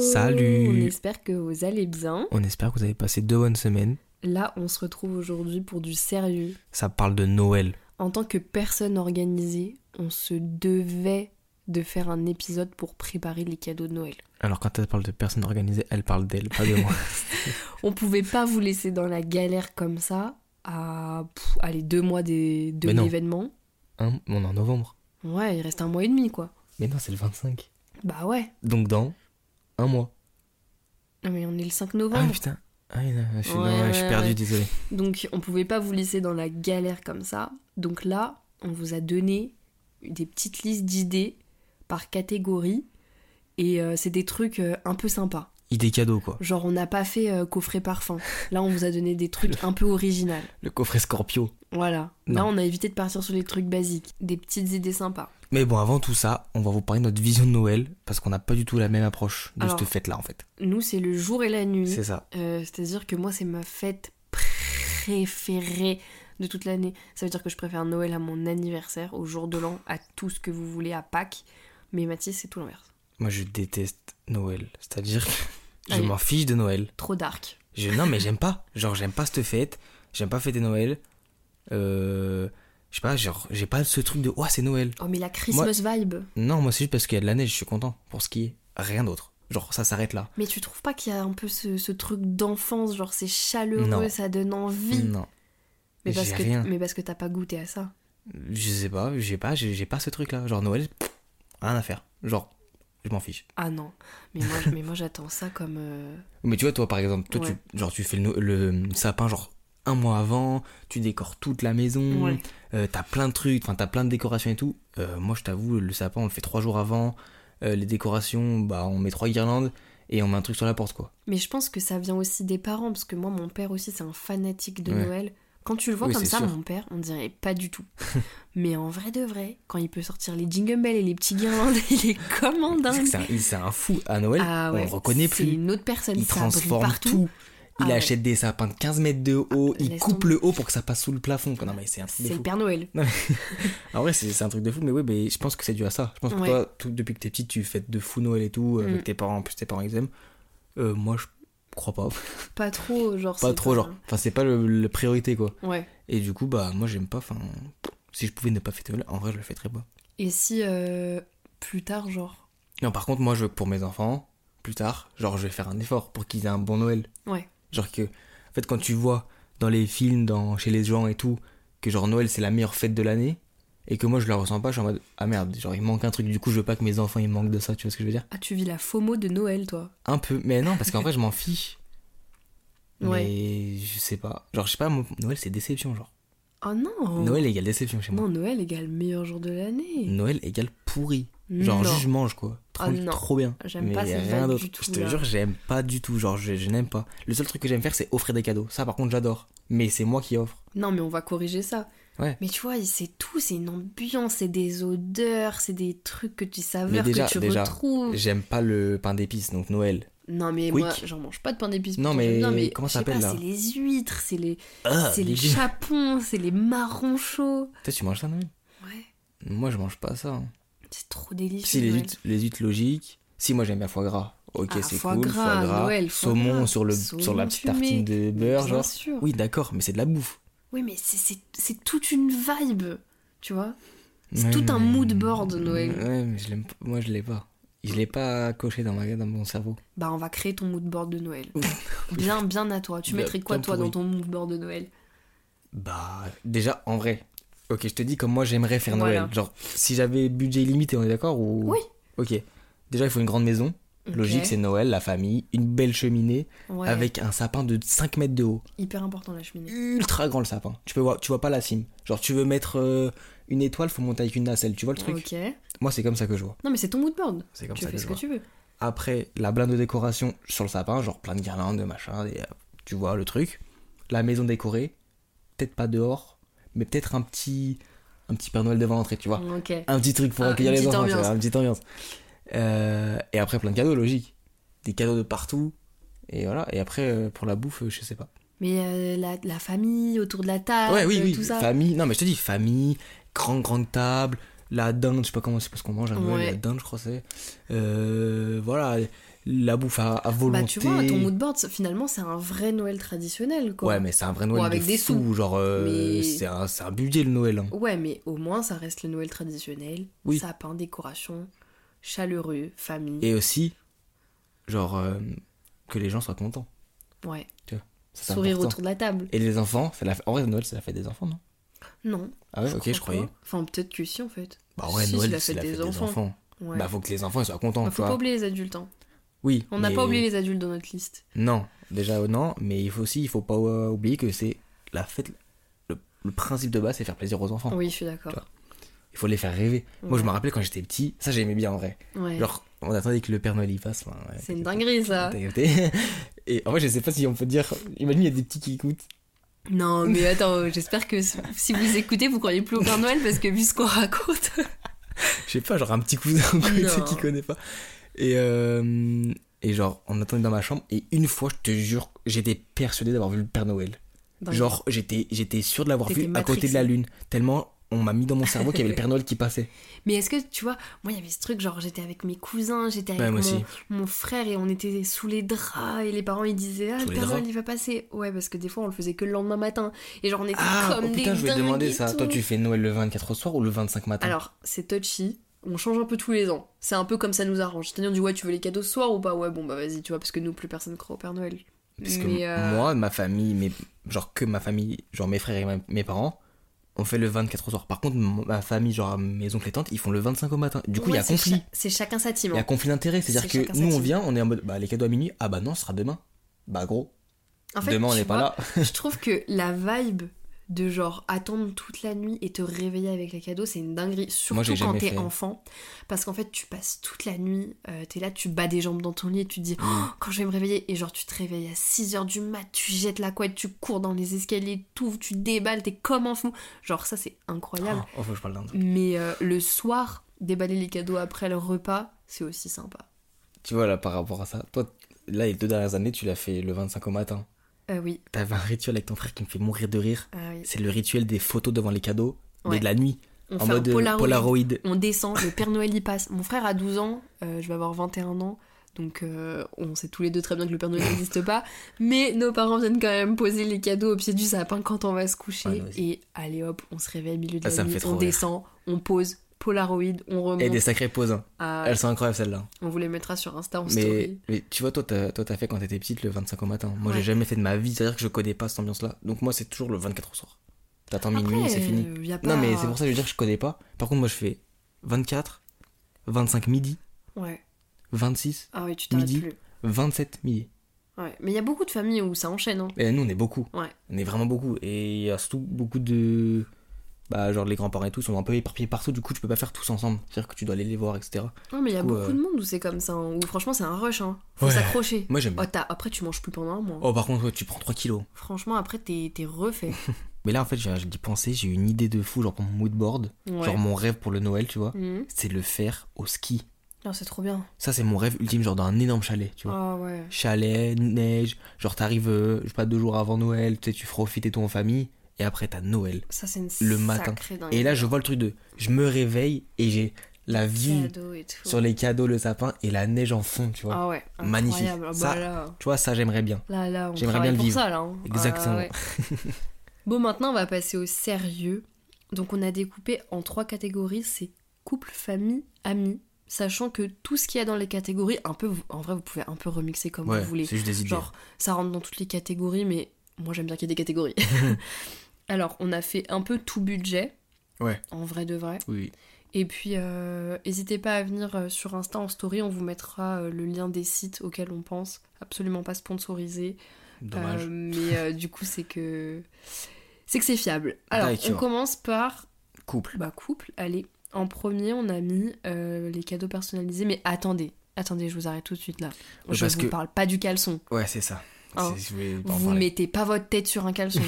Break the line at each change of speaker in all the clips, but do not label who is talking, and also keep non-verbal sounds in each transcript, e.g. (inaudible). Salut.
On espère que vous allez bien.
On espère que vous avez passé deux bonnes semaines.
Là, on se retrouve aujourd'hui pour du sérieux.
Ça parle de Noël.
En tant que personne organisée, on se devait de faire un épisode pour préparer les cadeaux de Noël.
Alors quand elle parle de personnes organisées, elle parle d'elle, pas de (laughs) moi.
On pouvait pas vous laisser dans la galère comme ça à pff, allez, deux mois des, de
Mais non.
l'événement.
Hein on est en novembre.
Ouais, il reste un mois et demi quoi.
Mais non, c'est le 25.
Bah ouais.
Donc dans un mois.
Non, Mais on est le 5
Ah
novembre.
putain. Ah, oui, non, je
Ouais,
suis, non, ouais, je suis
ouais,
perdu,
ouais.
désolé.
Donc on pouvait pas vous laisser dans la galère comme ça. Donc là, on vous a donné des petites listes d'idées par catégorie. Et euh, c'est des trucs euh, un peu sympas.
Idée cadeau quoi.
Genre on n'a pas fait euh, coffret parfum. Là on vous a donné des trucs un peu originaux.
Le coffret Scorpio.
Voilà. Là on a évité de partir sur les trucs basiques. Des petites idées sympas.
Mais bon, avant tout ça, on va vous parler de notre vision de Noël parce qu'on n'a pas du tout la même approche de
Alors.
cette fête là en fait.
Nous c'est le jour et la nuit.
C'est ça.
Euh, C'est-à-dire que moi c'est ma fête préférée de toute l'année. Ça veut dire que je préfère Noël à mon anniversaire, au jour de l'an, à tout ce que vous voulez, à Pâques. Mais Mathis c'est tout l'inverse.
Moi je déteste Noël. C'est-à-dire
(laughs)
que je
Allez.
m'en fiche de Noël.
Trop dark.
Je- non, mais j'aime pas. Genre, j'aime pas cette fête. J'aime pas fêter Noël. Euh, je sais pas, genre, j'ai pas ce truc de oh, c'est Noël.
Oh mais la Christmas vibe.
Non, moi, c'est juste parce qu'il y a de la neige, je suis content pour skier. Rien d'autre. Genre, ça s'arrête là.
Mais tu trouves pas qu'il y a un peu ce, ce truc d'enfance, genre c'est chaleureux,
Non.
ça donne envie.
Non.
Mais parce,
j'ai
que,
rien.
mais parce que t'as pas goûté à ça.
Je sais pas, j'ai pas, j'ai, j'ai pas ce truc là. Genre, Noël, pff, rien à faire. Genre, je m'en fiche.
Ah non. Mais moi, je- mais moi j'attends ça comme.
(laughs)
euh,
Mais tu vois, toi, par exemple, toi,
Ouais.
tu, genre, tu fais le, no- le sapin, genre, un mois avant, tu décores toute la maison.
Ouais.
Euh, t'as plein de trucs, enfin t'as plein de décorations et tout. Euh, moi je t'avoue, le sapin on le fait trois jours avant. Euh, les décorations, bah on met trois guirlandes et on met un truc sur la porte quoi.
Mais je pense que ça vient aussi des parents, parce que moi, mon père aussi, c'est un fanatique de
Ouais.
Noël. Quand tu le vois
Oui,
comme
c'est
ça,
sûr.
mon père, on dirait pas du
(laughs)
tout. Mais en vrai de vrai, quand il peut sortir les jingle bells et les petits guirlandes, (laughs) il est comme un
Parce que
dingue.
C'est un, il- c'est un fou à Noël,
Ah
on
ouais,
le reconnaît
C'est
plus.
une autre personne.
Il
ça brille
transforme
partout.
tout. Il
Ah ouais.
achète des sapins de 15 mètres de haut,
Ah,
il
laisse
coupe
tomber.
le haut pour que ça passe sous le plafond. Non mais c'est un truc de
C'est
fou.
le Père Noël.
En vrai c'est c'est un truc de fou, mais oui, mais je pense que c'est dû à ça. Je pense que
Ouais.
toi, tout- depuis que t'es petite, tu fêtes de fou Noël et tout, euh,
Mm.
avec tes parents, en plus tes parents ils aiment. Euh, moi je crois pas. (laughs)
Pas trop, genre.
Pas
c'est
trop genre. Enfin c'est pas le- la priorité quoi.
Ouais.
Et du coup, bah, moi, j'aime pas. Enfin, si je pouvais ne pas fêter Noël, en vrai, je le fêterais pas.
Et si euh, plus tard, genre.
Non, par contre, moi, je veux que pour mes enfants, plus tard, genre, je vais faire un effort pour qu'ils aient un bon Noël.
Ouais.
Genre que, en fait, quand tu vois dans les films, dans, chez les gens et tout, que genre Noël, c'est la meilleure fête de l'année, et que moi, je la ressens pas, je suis en mode, ah merde, genre, il manque un truc, du coup, je veux pas que mes enfants, ils manquent de ça, tu vois ce que je veux dire
Ah, tu vis la FOMO de Noël, toi.
Un peu, mais non, parce qu'en vrai, je m'en fiche.
(laughs) Ouais.
Mais je sais pas. Genre, je sais pas, moi, Noël, c'est déception, genre.
Oh non
Noël égale déception chez moi.
Non, Noël égale meilleur jour de l'année.
Noël égale pourri. Genre,
Non.
juste je mange quoi. Trop,
Ah non.
trop bien.
J'aime
Mais
pas
y a
cette
rien
vibe
d'autre.
du tout,
Je te
là.
jure, j'aime pas du tout. Genre, je, je n'aime pas. Le seul truc que j'aime faire, c'est offrir des cadeaux. Ça, par contre, j'adore. Mais c'est moi qui offre.
Non, mais on va corriger ça.
Ouais.
Mais tu vois, c'est tout, c'est une ambiance, c'est des odeurs, c'est des trucs que tu
Mais
saveurs,
déjà-
que tu
déjà,
retrouves.
J'aime pas le pain d'épices, donc Noël.
Non, mais
Quick.
moi, j'en mange pas de pain d'épices.
Non,
pourtant,
mais
j'aime bien,
comment
je
ça
sais pas,
s'appelle, là
C'est les huîtres, c'est les,
Ah,
c'est les
légumes.
chapons, c'est les marrons chauds.
Toi, tu manges ça, Noël
Ouais,
Moi, je mange pas ça. hein.
c'est trop délicieux.
Si, les
Noël.
huîtres, les huîtres logiques. Si, moi, j'aime bien foie gras. Ok,
Ah,
c'est
foie
cool.
gras,
foie gras.
Noël, foie
saumon
gras.
sur, le, sur la
Saumon
petite
fumé.
tartine de beurre,
Bien
genre.
sûr. Oui,
Oui, d'accord, mais c'est de la bouffe.
mais c'est- c'est c'est toute une vibe, tu vois. C'est
Ouais,
tout un
mais-
mood board, Noël.
Ouais, mais je l'aime pas- moi je l'ai pas. Je l'ai pas coché dans, ma... dans mon cerveau.
Bah, on va créer ton mood board de Noël. (laughs) bien, bien à toi. Tu
Bien-
mettrais quoi,
bien
toi,
pourri.
dans ton mood board de Noël
Bah, déjà, en vrai. Ok, je te dis comme moi j'aimerais faire Noël.
Voilà.
Genre, si j'avais budget illimité, on est d'accord ou...
Oui.
Ok. Déjà, il faut une grande maison. Logique, c'est Noël, la famille, une belle cheminée
Ouais,
avec un sapin de 5 mètres de haut.
hyper important la cheminée.
Ultra grand le sapin. Tu peux voir, tu vois pas la cime. Genre, tu veux mettre euh, une étoile, faut monter avec une nacelle. Tu vois le truc
Ok.
Moi, c'est comme ça que je vois.
Non, mais c'est ton mood board.
C'est comme
tu
ça
fais
que
ce
je
que
vois.
tu veux.
Après, la blinde de décoration sur le sapin, genre plein de guirlandes, de machin, des, euh, tu vois le truc. La maison décorée, peut-être pas dehors, mais peut-être un petit, un petit Père Noël devant l'entrée, tu vois.
Ok.
Un petit truc pour
Ah,
accueillir
une
les
petite
enfants, tu vois,
ambiance.
un petit ambiance. Euh, et après, plein de cadeaux, logique. Des cadeaux de partout. Et voilà. Et après, euh, pour la bouffe, euh, je sais pas.
Mais euh, la, la famille autour de la table,
ouais, oui,
euh,
oui.
tout ça.
Famille. Non, mais je te dis, famille, grande, grande table, la dinde, je sais pas comment c'est parce qu'on mange à Noël,
Ouais.
la dinde, je crois, que c'est. Euh, voilà. la bouffe à, à volonté.
Bah, tu vois, ton mood board, c'est- finalement, c'est un vrai Noël traditionnel, quoi.
Ouais, mais c'est un vrai Noël
Bon, avec
de
des
fou,
sous.
genre euh,
Mais-
c'est un, c'est un budget le Noël. hein.
Ouais, mais au moins, ça reste le Noël traditionnel.
Oui.
Sapin, décoration, chaleureux, famille.
Et aussi, genre euh, que les gens soient contents.
Ouais.
Ça, c'est
Sourire
important.
autour de la table.
Et les enfants, c'est la... en vrai Noël c'est la fête des enfants, non
Non.
Ah ouais, ok, je
crois
croyais.
pas. Enfin, peut-être que si, en fait.
Bah ouais,
Si, c'est
Noël
la
c'est
fête
la
des
fête des
enfants.
enfants.
Ouais.
Bah faut que les enfants ils soient contents,
Bah,
tu
faut
vois.
pas oublier les adultes. hein.
Oui.
On n'a
mais-
pas oublié les adultes dans notre liste.
Non, déjà euh, non, mais il faut aussi, il faut pas euh, oublier que c'est la fête. Le, le principe de base, c'est faire plaisir aux enfants.
Oui, je suis d'accord.
Il faut les faire rêver. Moi, je
Ouais.
me rappelais quand j'étais petit, ça j'aimais bien en vrai.
Ouais.
Genre, on attendait que le Père Noël y passe. enfin, ouais,
C'est une
t'as-
dinguerie, ça.
t'as capté Et en vrai, je sais pas si on peut dire. Imagine, il y a des petits qui écoutent.
Non, mais attends, euh, j'espère que si vous écoutez, vous croyez plus au Père Noël parce que vu ce qu'on raconte. (laughs)
Je sais pas, genre un petit cousin ou quoi, tu sais,
Non.
qui connaît pas. Et, euh, et genre, on attendait dans ma chambre. Et une fois, je te jure, j'étais persuadé d'avoir vu le Père Noël.
Dingue.
Genre, j'étais, j'étais sûr de l'avoir
T'étais
vu à côté de la lune. Tellement on m'a mis dans mon cerveau qu'il y avait le Père Noël qui passait.
Mais est-ce que tu vois, moi il y avait ce truc, genre j'étais avec mes cousins, j'étais avec
Ouais, moi
mon,
aussi.
mon frère et on était sous les draps et les parents ils disaient Ah,
Sous
le
les
Père Noël
draps
il va passer. Ouais, parce que des fois on le faisait que le lendemain matin. Et genre on était
Ah,
comme
oh
des
putain, je vais
dingues
demander
et
ça.
tout.
Toi, tu fais Noël le 24 au soir ou le 25 matin
Alors, c'est touchy. On change un peu tous les ans. C'est un peu comme ça nous arrange. C'est-à-dire, on dit ouais, tu veux les cadeaux ce soir ou pas Ouais, bon bah vas-y, tu vois, parce que nous, plus personne croit au Père Noël.
Parce que
mais euh,
moi, ma famille, mes... genre que ma famille, genre mes frères et ma- mes parents, on fait le 24 au soir. Par contre, mon- ma famille, genre mes oncles et tantes, ils font le 25 au matin. Du coup, il y
ouais,
a
c'est
conflit.
cha- C'est chacun sa team.
Il y a
hein.
conflit d'intérêt. C'est-à-dire
C'est chacun
que
sa
nous, on
team.
vient, on est en mode, bah les cadeaux à minuit, ah bah non, ce sera demain. Bah gros,
En fait,
demain, on
tu
n'est pas
vois, (gasps)
là.
Je trouve que la vibe de genre attendre toute la nuit et te réveiller avec les cadeaux, c'est une dinguerie. Surtout
Moi, j'ai
quand
jamais
t'es
fait.
enfant. Parce qu'en fait, tu passes toute la nuit, euh, t'es là, tu bats des jambes dans ton lit et tu te dis
Mmh.
Oh, quand je vais me réveiller. Et genre, tu te réveilles à 6h du mat, tu jettes la couette, tu cours dans les escaliers, tout, tu déballes, t'es comme un fou. Genre, ça, c'est incroyable.
Oh, faut que je parle d'un truc.
Mais euh, le soir, déballer les cadeaux après le repas, c'est aussi sympa.
Tu vois, là, par rapport à ça, toi, là, les deux dernières années, tu l'as fait le 25 au matin.
Euh, oui,
T'avais un rituel avec ton frère qui me fait mourir de rire.
ah oui.
C'est le rituel des photos devant les cadeaux,
Ouais.
mais de la nuit,
On
en
fait un
mode euh, Polaroid.
On descend, le Père Noël y passe. Mon frère a 12 ans, euh, je vais avoir 21 ans. Donc euh, on sait tous les deux très bien que le Père Noël n'existe pas. Mais nos parents viennent quand même poser les cadeaux au pied du sapin quand on va se coucher.
Ouais, nous aussi.
et allez hop, on se réveille au milieu de
Ah,
la
ça me
nuit,
fait trop
on
rire.
descend, on pose Polaroid, on
Et
remonte.
des sacrés poses. hein.
à-
Elles sont incroyables celles-là.
On vous les mettra sur Insta en
Mais,
story.
mais tu vois, toi, t'as toi, t'as fait quand t'étais petite le 25 au matin. Moi,
Ouais.
j'ai jamais fait de ma vie, c'est-à-dire que je connais pas cette ambiance-là. Donc, moi, c'est toujours le 24 au soir. T'attends minuit, c'est fini.
euh, y a pas...
Non, mais c'est pour ça que je veux dire que je connais pas. Par contre, moi, je fais 24, 25 midi,
Ouais.
26,
Ah oui, tu t'arrêtes
Midi.
plus.
27 midi.
Ouais. Mais il y a beaucoup de familles où ça enchaîne. hein.
Et nous, on est beaucoup.
Ouais.
On est vraiment beaucoup. Et il y a surtout beaucoup de. Bah, genre, les grands-parents et tout sont un peu éparpillés partout. Du coup, tu peux pas faire tous ensemble. C'est-à-dire que tu dois aller les voir, etc.
Non, mais il y a
Du coup,
beaucoup
euh,
de monde où c'est comme ça. hein, Où franchement, c'est un rush. Hein. Faut
Ouais.
s'accrocher.
Moi, j'aime
Oh,
bien.
t'as- Après, tu manges plus pendant un mois. hein.
Oh, par contre, ouais, tu prends 3 kilos.
Franchement, après, t'es t'es refait.
Mais là, en fait, j'ai j'ai d'y penser. J'ai eu une idée de fou, genre pour mon mood board.
Ouais.
Genre mon rêve pour le Noël, tu vois.
Mhm.
C'est le faire au ski.
Non, Ah, c'est trop bien.
Ça, c'est mon rêve ultime, genre dans un énorme chalet, tu vois.
Ah ouais.
Chalet, neige. Genre, t'arrives, euh, je sais pas, deux jours avant Noël. Tu sais, tu profites et tout en famille. Et après, t'as Noël.
Ça, c'est une
Le matin.
sacrée dinguerie.
Et là, je vois le truc de. Je me réveille et j'ai la vue.
Cadeau et tout.
sur les cadeaux, le sapin et la neige en fond, tu vois.
Ah ouais.
Magnifique.
incroyable. Ah bah
Ça-
là,
Tu vois, ça j'aimerais bien.
là, là, on
J'aimerais
travaille
bien le
pour
vivre.
ça, là. hein.
Exactement. (laughs)
Ah ouais. bon, maintenant, on va passer au sérieux. Donc, on a découpé en trois catégories. C'est couple, famille, amis. Sachant que tout ce qu'il y a dans les catégories, un peu, vous- en vrai, vous pouvez un peu remixer comme
ouais,
vous voulez.
c'est juste des idées.
Genre, ça rentre dans toutes les catégories, mais moi j'aime bien qu'il y ait des
(laughs)
catégories. (laughs) Alors, on a fait un peu tout budget.
Ouais.
En vrai de vrai.
Oui.
Et puis, euh, n'hésitez pas à venir euh, sur Insta en story, on vous mettra euh, le lien des sites auxquels on pense. Absolument pas sponsorisé.
Dommage.
Euh, mais euh, du coup, c'est que. C'est que c'est fiable. Alors, on
D'accord.
commence par.
Couple.
Bah, couple, allez. En premier, on a mis euh, les cadeaux personnalisés, mais attendez. Attendez, je vous arrête tout de suite là.
Ouais,
Je
Euh, parce
vous
que-
parle pas du caleçon.
Ouais, c'est ça.
Oh.
C'est- je voulais pas en
Vous
parler.
mettez pas votre tête sur un
(laughs)
caleçon.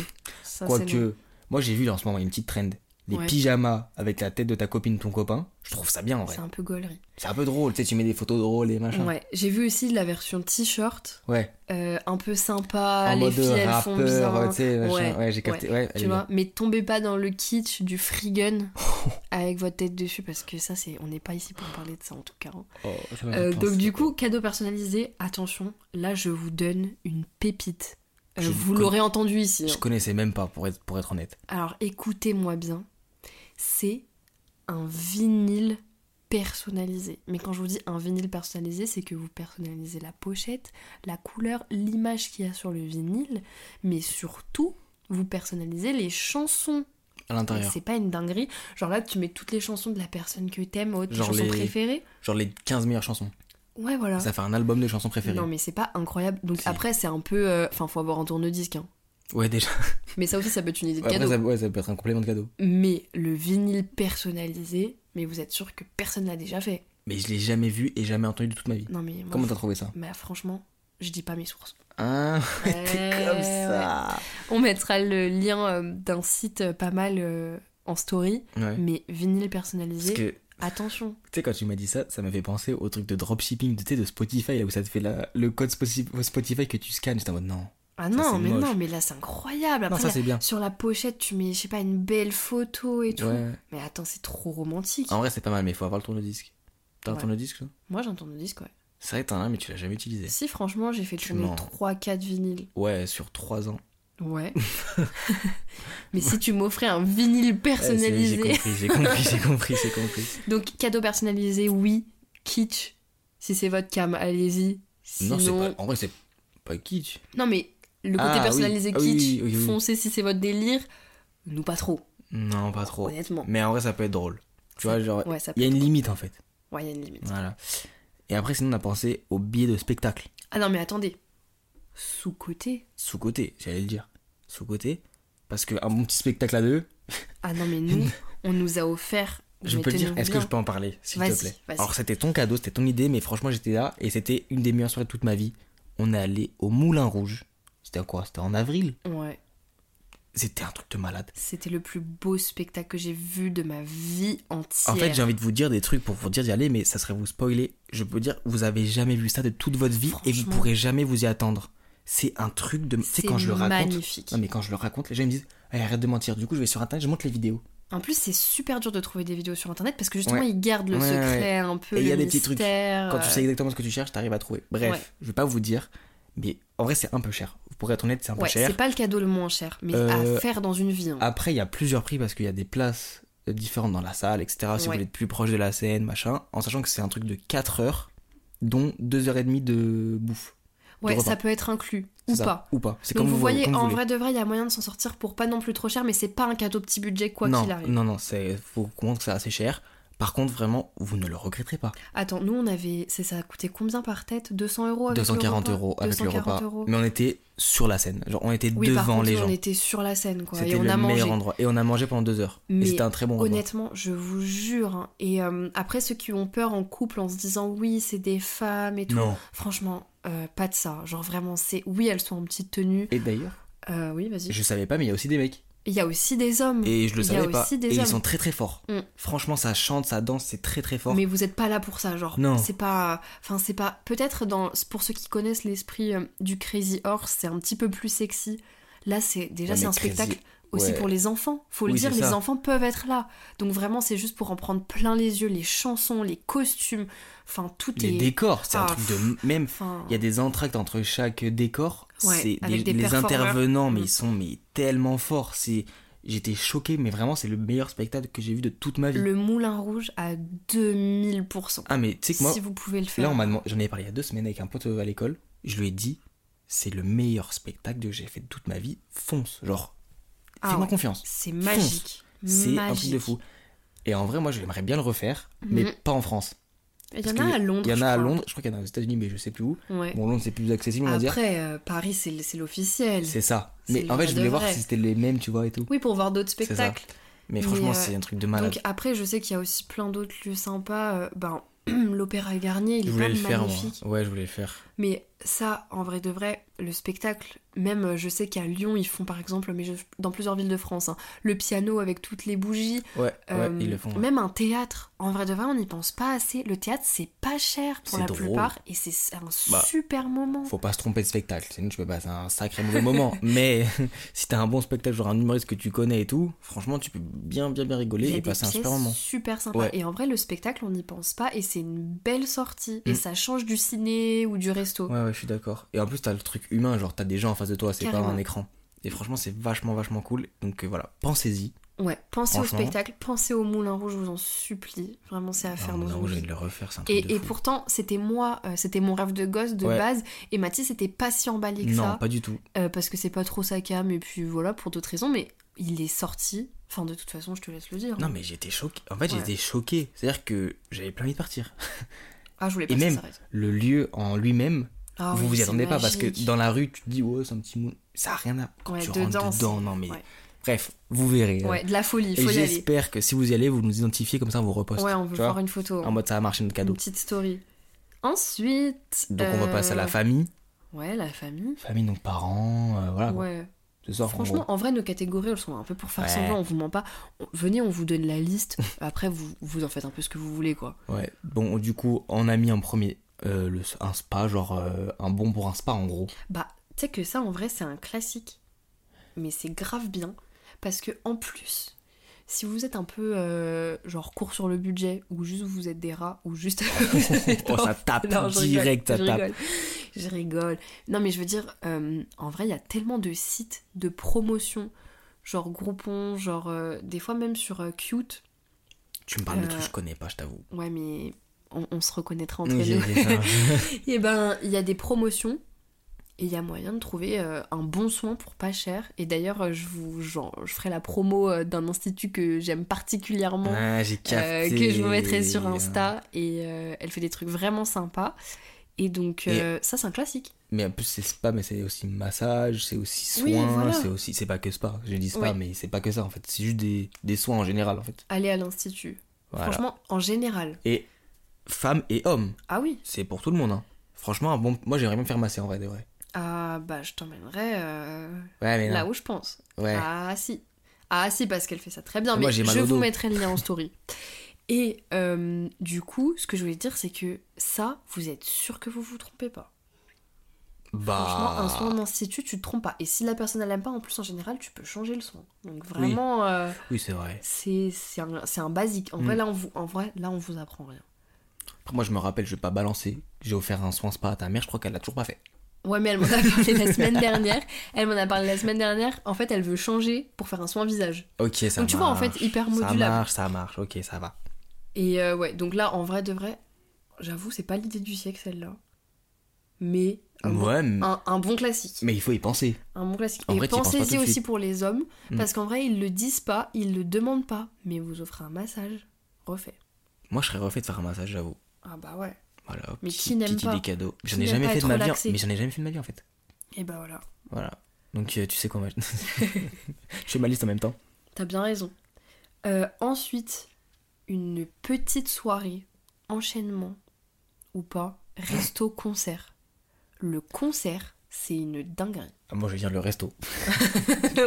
Ça, c'est non.
Quoique, moi j'ai vu là, en ce moment il y a une petite trend. Les
Ouais.
pyjamas avec la tête de ta copine, ton copain. Je trouve ça bien en vrai.
C'est un peu gaulerie.
C'est un peu drôle, tu sais, tu mets des photos drôles et machin. Ouais.
Ouais, j'ai vu aussi la version t-shirt, euh, un peu sympa,
en
Ah, les
mode
filles elles font bien,
rappeur, tu sais, machin.
Ouais,
Ouais, j'ai capté. Ouais, elle
tu
est (laughs)
vois. Mais tombez pas dans le kitsch du free gun.
bien.
avec votre tête dessus parce que ça c'est on n'est pas ici pour parler de ça en tout cas. hein.
Oh, ça m'a fait
Euh, donc
penser.
du coup cadeau personnalisé attention là je vous donne une pépite. Euh,
Je
vous
connais-
l'aurez entendu ici. hein.
Je connaissais même pas, pour être, pour être honnête.
Alors écoutez-moi bien, c'est un vinyle personnalisé. Mais quand je vous dis un vinyle personnalisé, c'est que vous personnalisez la pochette, la couleur, l'image qu'il y a sur le vinyle, mais surtout, vous personnalisez les chansons.
À l'intérieur.
C'est pas une dinguerie. Genre là, tu mets toutes les chansons de la personne que t'aimes, ou tes
Genre
chansons
les-
préférées.
Genre les 15 meilleures chansons.
Ouais, voilà.
Ça fait un album de chansons préférées.
Ah. Non, mais c'est pas incroyable. Donc
Si.
après, c'est un peu. euh, Enfin, faut avoir un tourne-disque. hein.
Ouais, déjà.
Mais ça aussi, ça peut être une idée de
Après,
cadeau.
ça, ouais, ça peut être un complément de cadeau.
Mais le vinyle personnalisé, mais vous êtes sûr que personne l'a déjà fait.
Mais je l'ai jamais vu et jamais entendu de toute ma vie.
Non mais moi,
Comment t'as trouvé ça
bah, franchement, je dis pas mes
(laughs)
sources.
Hein
(laughs) Ouais, ouais. On mettra le lien euh, d'un site euh, pas mal euh, en story,
Ouais.
mais vinyle
Parce
personnalisé,
que, tu
attention.
sais, quand tu m'as dit ça, ça m'a fait penser au truc de dropshipping de, tu sais, de Spotify, là où ça te fait la- le code Spotify Spotify que tu scannes. J'étais en mode non.
Ah
Ça,
non,
c'est
mais
moche.
non, mais là c'est incroyable.
Non,
Après,
ça
là,
c'est bien.
sur la pochette, tu mets, je sais pas, une belle photo et tout.
Ouais. Ah
Mais attends, c'est trop romantique.
En vrai, c'est pas mal, mais faut avoir le tourne-disque. T'as
Ouais.
un tourne-disque, toi
Moi j'entends le disque, ouais.
C'est vrai, t'en as un, mais tu l'as jamais utilisé.
Si franchement, j'ai fait
Tu
tourner
mens.
3-4 vinyles.
Ouais, sur 3 ans. Eh, (laughs)
Ouais. mais si tu m'offrais un vinyle personnalisé.
Ouais, c'est- j'ai compris, j'ai compris, j'ai compris, j'ai compris.
Donc cadeau personnalisé, oui. Kitsch, si c'est votre cam, allez-y. (laughs) Sinon...
Non, c'est pas. En vrai, c'est pas kitsch.
Non, mais le côté
Ah, oui.
personnalisé
Ah, oui,
kitsch,
oui, oui, oui.
foncez si c'est votre délire. Nous pas trop,
Non, pas trop.
honnêtement.
Mais en vrai, ça peut être drôle. Tu
Ça-
vois, genre,
Ouais, ça
il
peut.
y a une limite en fait.
Ouais, y a une limite.
Voilà. Et après, sinon, on a pensé au billet de spectacle.
Ah non, mais attendez. Sous-côté
Sous-côté, j'allais le dire. Sous-côté. Parce qu'un bon petit spectacle à deux,
Ah non, mais
(laughs)
nous, on nous a offert.
je peux le dire.
mettez-nous
Est-ce que
bien.
je peux en parler, s'il
Vas-y,
te plaît
vas-y.
Alors, c'était ton cadeau, c'était ton idée, mais franchement, j'étais là et c'était une des meilleures soirées de toute ma vie. On est allé au Moulin Rouge. C'était quoi C'était en avril.
Ouais.
C'était un truc de malade.
C'était le plus beau spectacle que j'ai vu de ma vie entière.
En fait, j'ai envie de vous dire des trucs pour vous dire d'y aller, mais ça serait vous spoiler. Je peux dire, vous avez jamais vu ça de toute votre vie et vous
Franchement.
pourrez jamais vous y attendre. C'est un truc de. Tu sais,
C'est
quand je le raconte.
magnifique.
Non, mais quand je le raconte, les gens ils me disent Eh, arrête de mentir. Du coup, je vais sur internet, je monte les vidéos.
En plus, c'est super dur de trouver des vidéos sur internet parce que justement,
Ouais.
ils gardent le
Ouais,
secret
ouais.
un peu.
Et il y a
le
des petits trucs.
mystère,
Quand tu
euh,
sais exactement ce que tu cherches, t'arrives à trouver. Bref,
Ouais.
je vais pas vous dire, mais en vrai, c'est un peu cher. Pour être honnête, c'est un peu
euh, Ouais,
cher.
c'est pas le cadeau le moins cher, mais
Euh,
à faire dans une vie. hein.
Après, il y a plusieurs prix parce qu'il y a des places euh, différentes dans la salle, etc. Si
Ouais.
vous êtes plus proche de la scène, machin. En sachant que c'est un truc de 4 heures, dont 2h30 de bouffe. de
ouais,
repas.
ça peut être inclus
C'est
ou
ça.
pas.
Ou pas. C'est
Donc
comme
vous, voyez,
comme vous
en
voulez.
vrai de vrai, il y a moyen de s'en sortir pour pas non plus trop cher, mais c'est pas un cadeau petit budget quoi
non,
qu'il arrive.
non, non, c'est faut comprendre que c'est assez cher. Par contre, vraiment, vous ne le regretterez pas.
Attends, nous on avait, c'est ça a coûté combien par tête 200 euros. Oh, Avec
240
le repas
euros avec le
240
repas.
euros.
Mais on était sur la scène. Genre, on était
Oui,
devant
par contre,
les
nous,
gens.
on était sur la scène quoi, et
C'était le
on a mangé.
meilleur endroit. Et on a mangé pendant deux heures.
Mais
et c'était un très bon repas.
Honnêtement, je vous jure. hein. Et euh, après, ceux qui ont peur en couple en se disant oui, c'est des femmes et tout.
Non.
Franchement, euh, pas de ça. Genre vraiment, c'est oui, elles sont en petite tenue.
Et d'ailleurs,
Euh, oui, vas-y.
je savais pas, mais il y a aussi des mecs.
Il y a aussi des hommes.
Et je le
Mm. Il y a
savais pas.
aussi
Et
des
ils
hommes.
sont très très forts.
Mm.
Franchement, ça chante, ça danse, c'est très très fort.
Mais vous êtes pas là pour ça, genre.
Non.
C'est pas. Enfin, c'est pas. Peut-être dans... pour ceux qui connaissent l'esprit euh, du Crazy Horse, c'est un petit peu plus sexy. Là, c'est déjà
Ouais,
c'est
mais
un
Crazy-
spectacle aussi
ouais.
pour les enfants. Faut le
Oui,
dire,
c'est
les
ça.
enfants peuvent être là. Donc vraiment, c'est juste pour en prendre plein les yeux, les chansons, les costumes. Enfin, tout
Les
est.
décors, c'est un
Ah,
truc de même.
Enfin.
Il y a des entractes entre chaque décor.
Ouais,
c'est
avec des
les
performeurs.
intervenants, mais
Mm.
ils sont mais tellement forts. C'est j'étais choqué, mais vraiment c'est le meilleur spectacle que j'ai vu de toute ma vie.
Le Moulin Rouge à 2000%.
Ah mais tu sais que moi,
si vous pouvez le faire.
là on m'a demandé, j'en avais parlé il y a deux semaines avec un pote euh, à l'école. Je lui ai dit, c'est le meilleur spectacle que j'ai fait de toute ma vie. Fonce, genre,
Ah
fais-moi
ouais.
confiance.
C'est magique.
C'est un truc
Magique.
de fou. Et en vrai, moi, j'aimerais bien le refaire, mais
Mhm.
pas en France.
Il y
Parce
en a
que
à Londres.
Il y en
je
a à
crois.
Londres, je crois qu'il y en a aux États-Unis, mais je sais plus où.
Ouais.
Bon, Londres, c'est plus accessible, on va dire.
Après, euh, Paris, c'est c'est l'officiel.
C'est ça.
c'est
Mais
le
en fait,
vrai
je voulais
de
voir
vrai.
si c'était les mêmes, tu vois, et tout.
Oui, pour voir d'autres
C'est ça.
spectacles.
Mais
Mais,
franchement,
euh,
c'est un truc de malade.
Donc après, je sais qu'il y a aussi plein d'autres lieux sympas. euh, ben, (clears throat) le l'Opéra Garnier, il
je
est
voulais
pas
le faire, moi.
magnifique.
Ouais, je voulais le faire.
Mais ça, en vrai de vrai, le spectacle, même euh, je sais qu'à Lyon, ils font par exemple, mais je- dans plusieurs villes de France, hein, le piano avec toutes les bougies,
Ouais,
euh,
ouais, ils le font. ouais.
même un théâtre. En vrai de vrai, on n'y pense pas assez. Le théâtre, c'est pas cher pour
C'est
la
drôle.
plupart et c'est un
Bah,
super moment.
Faut pas se tromper de spectacle, sinon tu peux passer un sacré mauvais moment.
(laughs)
Mais (laughs) si t'as un bon spectacle, genre un humoriste que tu connais et tout, franchement, tu peux bien, bien, bien rigoler
Il y a
et
des
passer un super
pièces
moment.
super sympa.
Ouais.
Et en vrai, le spectacle, on n'y pense pas et c'est une belle sortie.
Mm.
Et ça change du ciné ou du resto.
Ouais, ouais, je suis d'accord. Et en plus, t'as le truc humain, genre t'as des gens en face de toi, c'est pas
Carrément.
un écran. Et franchement, c'est vachement, vachement cool. Donc euh, voilà, pensez-y.
Ouais, pensez au
Franchement. Ah,
spectacle, pensez au Moulin Rouge, je vous en supplie. Vraiment, c'est à faire
Non,
dans
non,
une
j'ai
vie.
envie de le refaire, c'est un truc de
Et, et
fou.
pourtant, c'était moi, euh, c'était mon rêve de gosse de
Ouais.
base. Et Mathis était pas si emballé que
Non,
ça.
pas du tout.
euh, parce que c'est pas trop sa cam, et puis voilà, pour d'autres raisons. Mais il est sorti. Enfin, de toute façon, je te laisse le dire.
Non, mais j'étais choqué. En fait,
Ouais.
j'étais choqué. C'est-à-dire que j'avais plein envie de partir.
ah, je voulais
et
pas que ça
même-
s'arrête.
Le lieu en lui-même,
Ah
vous
oui,
vous y
c'est
attendez pas parce que
magique.
dans la rue tu te dis ouais c'est un petit moon ça a rien à quand
Ouais,
tu
dedans,
rentres
c'est-
dedans non mais
ouais.
bref vous verrez hein.
Ouais, de la folie, il
et
faut y aller.
j'espère que si vous y allez vous nous identifiez comme ça on vous reposte
Ouais, on veut
tu vois
voir une photo.
en mode ça a marché notre cadeau
Une petite story. Ensuite.
donc on va passer à
euh,
la famille
Ouais, la famille.
famille donc parents euh, voilà quoi.
Ouais.
ce soir en
Franchement,
gros.
en vrai, nos catégories, elles sont un peu pour faire
Ouais.
semblant, on vous ment pas. On- Venez, on vous donne la liste. (laughs) Après, vous, vous en faites un peu ce que vous voulez, quoi.
ouais bon du coup on a mis en premier euh, le, un spa genre euh, un bon pour un spa en gros
Bah, tu sais que ça, en vrai, c'est un classique. Mais c'est grave bien. Parce que, en plus, si vous êtes un peu, euh, genre, court sur le budget, ou juste vous êtes des rats, ou
(laughs)
juste. (laughs) vous avez
oh
pas
ça tape
(laughs) Non, je rigole,
direct
je
ça tape
rigole. Je rigole. Non, mais je veux dire, euh, en vrai, il y a tellement de sites de promotion, genre Groupon, genre euh, des fois même sur euh, Cute.
tu me parles de trucs
Euh,
que je connais pas je t'avoue
Ouais, mais on, on se reconnaîtra entre
J'ai- j'ai
(laughs)
ça.
nous. et ben, il y a des promotions. Et il y a moyen de trouver euh, un bon soin pour pas cher. Et d'ailleurs, euh, je vous, genre, je ferai la promo euh, d'un institut que j'aime particulièrement.
Ah, j'ai
euh,
capté
que je vous mettrai sur Insta et euh, elle fait des trucs vraiment sympas et donc
Et-
euh, ça c'est un classique
Mais en plus, c'est spa, mais c'est aussi massage, c'est aussi soins,
Oui, voilà.
c'est aussi. C'est pas que spa, j'ai dit spa,
Oui.
mais c'est pas que ça en fait. C'est juste des, des soins en général en fait.
aller à l'institut
Voilà.
Franchement, en général.
Et femmes et hommes,
Ah oui.
c'est pour tout le monde. Hein. Franchement, un bon... moi j'aimerais bien me faire masser en vrai, de vrai.
Ah bah je t'emmènerai euh,
Ouais, mais non.
là où je pense.
Ouais.
Ah si. Ah si parce qu'elle fait ça très bien.
Et
Mais
moi, j'ai mal
je
au
vous
dos.
mettrai le lien en story. Et euh, du coup, ce que je voulais dire, c'est que ça, vous êtes sûr que vous vous trompez pas. Franchement,
bah.
un soin en institut, tu te trompes pas. Et si la personne elle aime pas, en plus en général, tu peux changer le soin. Donc vraiment, euh,
Oui, c'est vrai.
c'est c'est un, c'est un basique. En vrai,
Mm.
là on vous, en vrai, là on vous apprend rien.
Après, moi je me rappelle, je vais pas balancer. J'ai offert un soin spa à ta mère, je crois qu'elle l'a toujours pas fait.
Ouais, mais elle m'en a parlé la semaine dernière. Elle m'en a parlé la semaine dernière. En fait, elle veut changer pour faire un soin visage.
Ok, ça
donc tu vois, en
marche.
fait, hyper
Ça
modulable.
marche, ça marche, ok, ça va.
Et euh, ouais, donc là, en vrai de vrai, j'avoue, c'est pas l'idée du siècle celle-là. Mais un, bon,
Ouais, mais-
un- un bon classique.
mais il faut y penser.
Un bon classique.
En
Et
vrai, t'y penses pas tout
pensez-y
de
aussi
suite.
pour les hommes,
Mm.
parce qu'en vrai, ils le disent pas, ils le demandent pas, mais vous offrez un massage refait.
Moi je serais refait de faire un massage, j'avoue.
Ah bah ouais.
Voilà,
Mais
petit-
qui n'aime
petite
pas
idée cadeau.
Qui
J'en ai
n'aime
jamais
pas
fait de
être
ma vie. en-
relaxé.
Mais j'en ai jamais fait de ma vie en fait.
Et bah voilà.
Voilà. Donc euh, tu sais quoi, moi,
(laughs)
je fais ma liste en même temps.
T'as bien raison. Euh, ensuite, une petite soirée, enchaînement ou pas, resto-concert. Le concert, c'est une dinguerie.
Ah, moi je vais dire le resto.
(laughs)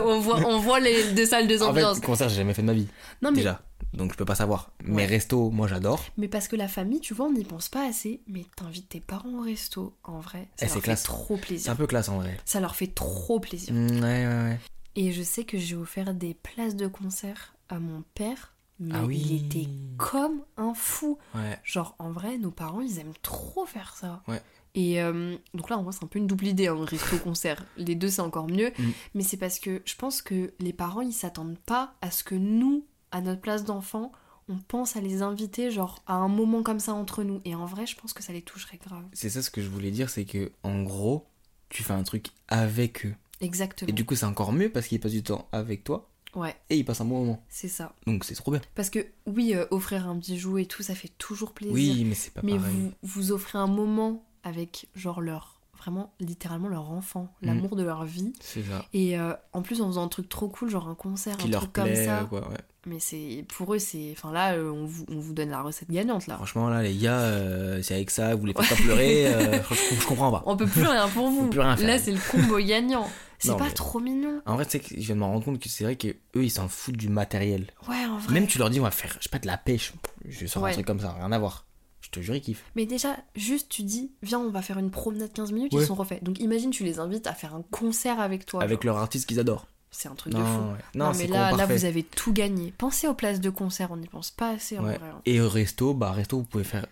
on, voit, on voit les deux salles, deux
en fait,
ambiances.
le concert j'ai jamais fait de ma vie
non, mais,
déjà. Donc je peux pas savoir.
Ouais.
Mais resto, moi j'adore.
mais parce que la famille, tu vois, on n'y pense pas assez, mais t'invites tes parents au resto, en vrai, ça
Eh,
leur
c'est
fait
classe.
trop
C'est
plaisir.
un peu classe en vrai.
Ça leur fait trop plaisir.
Mm, ouais, ouais, ouais.
Et je sais que j'ai offert des places de concert à mon père, mais
Ah oui.
il était comme un fou.
Ouais.
Genre, en vrai, nos parents, ils aiment trop faire ça.
Ouais.
Et euh, donc là, en vrai, c'est un peu une double idée, hein, (laughs) resto-concert. les deux, c'est encore mieux.
Mm.
Mais c'est parce que je pense que les parents, ils s'attendent pas à ce que nous, à notre place d'enfant, on pense à les inviter, genre, à un moment comme ça entre nous. Et en vrai, je pense que ça les toucherait grave.
C'est ça ce que je voulais dire, c'est que en gros, tu fais un truc avec eux. Et
Exactement.
du coup, c'est encore mieux parce qu'ils passent du temps avec toi
Ouais,
et ils passent un bon moment.
c'est ça.
Donc c'est trop bien.
Parce que, oui, euh, offrir un petit jouet et tout, ça fait toujours plaisir.
Oui, mais c'est pas
mais
pareil.
vous, vous offrez un moment avec, genre, leur... Vraiment, littéralement, leur enfant.
Mm.
L'amour de leur vie.
C'est ça.
Et euh, en plus, en faisant un truc trop cool, genre un concert,
Qui
un
leur
truc
plaît,
comme ça,
quoi, ouais.
Mais c'est pour eux, c'est. Enfin là, euh, on vous, on vous donne la recette gagnante là.
Franchement, là, les gars, euh, c'est avec ça, vous
(laughs)
les faites pas pleurer, euh, franchement, je, comprends pas.
On peut plus rien pour vous.
peut plus rien faire.
Là, c'est le combo gagnant. C'est
Non,
pas
mais-
trop mignon.
En vrai, tu sais, que je viens de me rendre compte que c'est vrai que eux ils s'en foutent du matériel.
Ouais, en vrai.
Même tu leur dis, on va faire, je sais pas, de la pêche, je sors un
Ouais.
truc comme ça, rien à voir. Je te jure, ils kiffent.
Mais déjà, juste tu dis, viens, on va faire une promenade 15 minutes,
Ouais.
ils sont refaits. Donc imagine, tu les invites à faire un concert avec toi.
avec
genre.
leur artiste qu'ils adorent.
C'est un truc de fou.
Non, ouais. non,
Non,
c'est
mais
quoi
là, là,
parfait.
vous avez tout gagné. Pensez aux places de concert, on n'y pense pas assez en
Ouais.
vrai. hein.
Et au resto, bah resto, vous pouvez faire.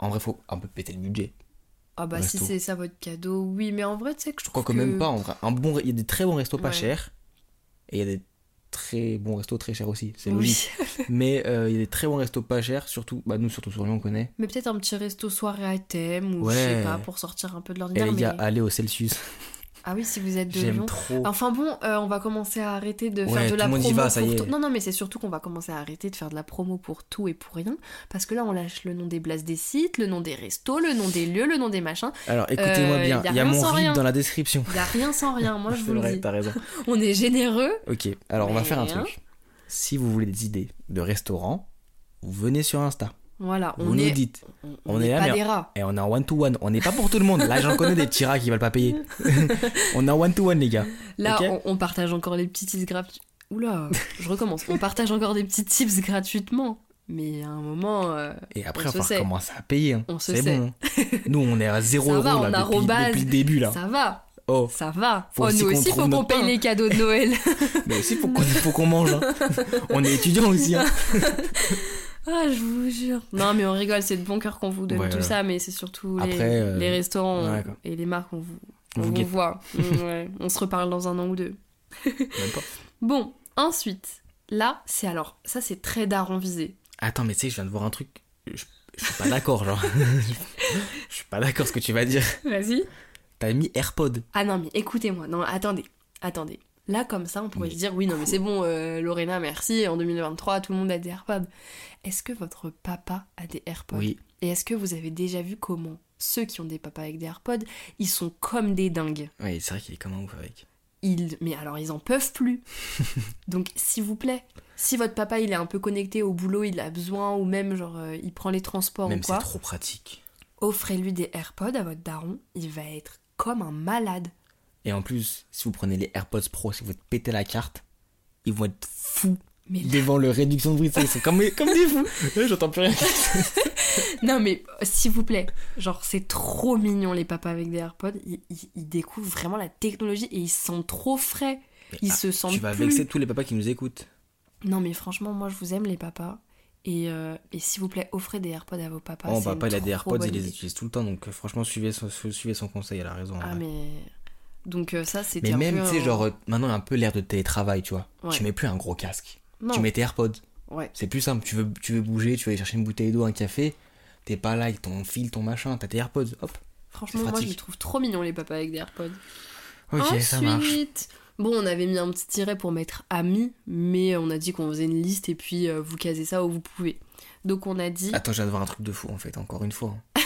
En vrai, faut un peu péter le budget.
Ah bah
Resto.
si c'est ça votre cadeau, oui, mais en vrai, tu sais que je trouve
Quoique
que...
même pas, en vrai. Un bon... Il y a des très bons restos pas
Ouais.
chers. Et il y a des très bons restos très chers aussi. C'est
Oui.
logique. mais euh, il y a des très bons restos pas chers, surtout. Bah nous, surtout sur Lyon, on connaît.
Mais peut-être un petit resto soirée à thème ou je
Ouais.
sais pas pour sortir un peu de
Et
l'ordinaire.
les
Mais...
gars, allez au Celsius.
Ah oui, si vous êtes de
J'aime
Lyon.
trop.
Enfin bon, euh, on va commencer à arrêter de
Ouais,
faire de
tout
la
le monde y
promo
va, ça
pour
y est.
tout. Non non, mais c'est surtout qu'on va commencer à arrêter de faire de la promo pour tout et pour rien parce que là on lâche le nom des places des sites, le nom des restos, le nom des lieux, le nom des machins.
Alors écoutez-moi
euh,
bien,
y a
il y a
rien
mon
sans
rip
rien.
dans la description.
Il y a rien sans rien, moi Ah, je
C'est
vous le
vrai,
dis.
t'as raison.
On est généreux.
Ok, alors on va
Mais
faire un
rien.
truc. Si vous voulez des idées de restaurants, vous venez sur Insta.
Voilà,
Vous
on
nous
est
dites.
on,
on
on
est
est
là,
pas
mais-
des rats.
Et on est en one-to-one, on n'est pas pour tout le monde. Là, j'en connais des petits rats qui veulent
(laughs)
pas payer. on est en one-to-one, les gars.
Là,
Ok.
on, on partage encore les petits tips gratuits. Oula, je recommence. on partage encore des petits tips gratuitement, mais à un moment euh,
Et après,
On
on
se
va
sait.
commencer à payer. hein.
On se
C'est
sait.
bon. hein. Nous, on est à 0
Ça
euros
va, on
là,
a
depuis,
rebase.
depuis le début. là.
ça va,
Oh,
ça va.
Faut
oh,
aussi
nous
qu'on
aussi,
trouve
faut qu'on
notre
paye
pain.
les cadeaux de Noël.
(laughs) mais aussi, faut qu'on faut qu'on
(laughs)
mange. hein. on est étudiant aussi. hein.
Ah, je vous jure. Non, mais on rigole, c'est de bon cœur qu'on vous donne
Ouais,
tout
ouais.
ça, mais c'est surtout les,
Après, euh,
les restaurants
ouais, quoi.
et les marques, on vous,
On
on
vous
vous
guette. (laughs)
voit. Mm, ouais. On se reparle dans un an ou deux.
Même pas.
Bon, ensuite, là, c'est alors, ça c'est très daron
(laughs)
visé.
Attends, mais tu sais, je viens de voir un truc. Je, je suis pas d'accord, genre. (laughs) je suis pas d'accord ce que tu vas dire.
Vas-y.
T'as mis AirPod.
Ah non, mais écoutez-moi, non, attendez, attendez. Là, comme ça, on pourrait
Mais
se dire, oui, non, mais c'est bon, euh, Lorena, merci, en 2023, tout le monde a des AirPods. Est-ce que votre papa a des AirPods
Oui.
Et est-ce que vous avez déjà vu comment ceux qui ont des papas avec des AirPods, ils sont comme des dingues
Oui, c'est vrai qu'il est comme un ouf avec.
ils, mais alors ils en peuvent plus.
(laughs)
Donc s'il vous plaît, si votre papa il est un peu connecté au boulot, il a besoin ou même genre euh, il prend les transports
Même
ou
c'est
quoi,
trop pratique.
offrez-lui des AirPods à votre daron, il va être comme un malade.
Et en plus, si vous prenez les AirPods Pro, si vous te pétez la carte, ils vont être fous.
Mais
devant le réduction de bruit, ça, ils sont comme, comme des fous.
(laughs)
Là, J'entends plus rien.
non mais euh, s'il vous plaît, genre c'est trop mignon les papas avec des AirPods, ils, ils- ils découvrent vraiment la technologie et ils sont trop frais. Ils se sentent
Ah, Tu vas
plus.
vexer tous les papas qui nous écoutent.
Non mais franchement moi je vous aime les papas et, euh, et s'il vous plaît offrez des AirPods à vos papas.
Mon
Bah, c'est
papa,
une
il a des
trop
AirPods, il
bonne
les
idée.
utilise tout le temps, donc euh, franchement, suivez son, su- suivez son conseil, elle a raison. en
Ah
vrai.
mais donc euh, ça c'était
Mais
un
même,
peu
tu sais,
un-
genre, euh, maintenant, il y a un peu l'ère de télétravail, tu vois.
Ouais.
Tu mets plus un gros casque.
Non.
Tu mets tes AirPods.
Ouais.
C'est plus simple. Tu veux, tu veux bouger, tu veux aller chercher une bouteille d'eau, un café. T'es pas là avec ton fil, ton machin, t'as tes AirPods. Hop.
Franchement,
C'est
moi, je
pratique.
les trouve trop mignons, les papas avec des AirPods.
Ok,
Ensuite,
ça marche.
bon, on avait mis un petit tiret pour mettre amis, mais on a dit qu'on faisait une liste et puis euh, vous casez ça où vous pouvez. Donc, on a dit.
Attends, j'ai hâte de voir un truc de fou, en fait, encore une fois. hein.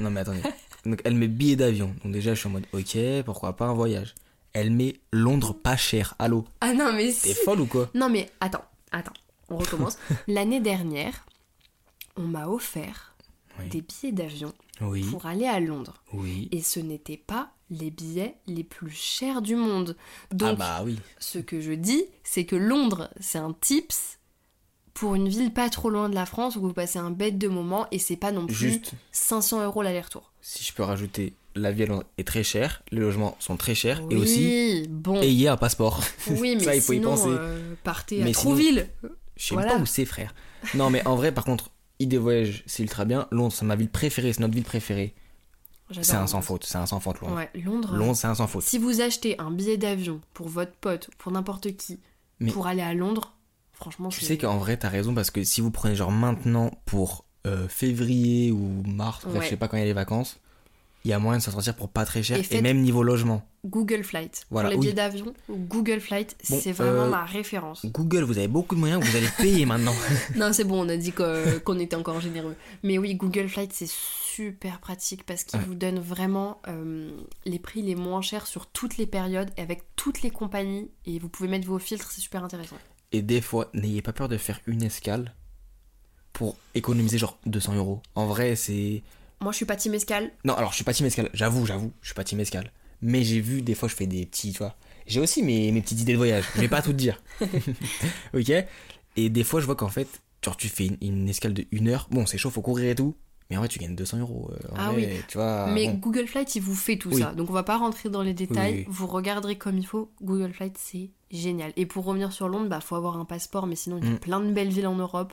non, mais attendez. Donc, elle met billet d'avion. Donc, déjà, je suis en mode, ok, pourquoi pas un voyage. Elle met Londres pas cher. Allô,
Ah non, mais
t'es
si
folle ou quoi
Non, mais attends, attends, on
(laughs)
recommence. L'année dernière, on m'a offert
Oui.
des billets d'avion
Oui,
pour aller à Londres.
oui.
Et ce n'étaient pas les billets les plus chers du monde. Donc,
ah bah oui.
Ce que je dis, c'est que Londres, c'est un tips pour une ville pas trop loin de la France où vous passez un bête de moment et c'est pas non plus
Juste,
500 euros l'aller-retour.
si je peux rajouter, la vie à Londres est très chère, les logements sont très chers,
Oui,
et aussi,
bon.
ayez un passeport.
oui,
(laughs)
mais
ça, il faut y
sinon,
penser.
euh, partez
Mais
à
sinon-
Trouville.
Je sais
voilà.
pas où c'est, frère. Non, mais en vrai, par contre, idée voyage, c'est ultra bien. Londres, c'est ma ville préférée, c'est notre ville préférée.
J'adore.
C'est un sans faute, c'est un sans faute, Londres.
Ouais, Londres.
Londres, c'est un sans faute.
Si vous achetez un billet d'avion pour votre pote, pour n'importe qui,
Mais-
pour aller à Londres, franchement,
Tu
c'est-
sais qu'en vrai, t'as raison parce que si vous prenez genre maintenant pour euh, février ou mars, bref,
Ouais.
je sais pas quand il y a les vacances, il y a moyen de s'en sortir pour pas très cher
Et
et,
faites-
même niveau logement.
Google Flight.
Voilà,
pour les
oui.
billets d'avion, Google Flight,
Bon,
c'est vraiment
euh,
la référence. (laughs)
Google, vous avez beaucoup de moyens, vous allez payer maintenant. (laughs)
Non, c'est bon, on a dit que- euh, qu'on était encore généreux. Mais oui, Google Flight, c'est super pratique parce qu'il
Ouais.
vous donne vraiment euh, les prix les moins chers sur toutes les périodes et avec toutes les compagnies. Et vous pouvez mettre vos filtres, c'est super intéressant.
Et des fois, n'ayez pas peur de faire une escale pour économiser genre 200 euros. En vrai, c'est.
Moi, je suis pas team escale.
Non, alors je suis pas team escale, j'avoue, j'avoue, je suis pas team escale. Mais j'ai vu, des fois, je fais des petits, tu vois. J'ai aussi mes, mes petites idées de voyage, je vais pas tout
(laughs)
te dire. (laughs) ok Et des fois, je vois qu'en fait, genre, tu fais une, une escale de 1 heure. Bon, c'est chaud, faut courir et tout. Mais en vrai, tu gagnes 200 euros. euh, en
Ah
vrai,
oui.
Tu vois.
Mais
bon.
Google Flight, il vous fait tout
Oui.
ça. Donc on va pas rentrer dans les détails.
oui, oui.
Vous regarderez comme il faut. Google Flight, c'est génial. Et pour revenir sur Londres, bah faut avoir un passeport, mais sinon il y a
Mm.
plein de belles villes en Europe.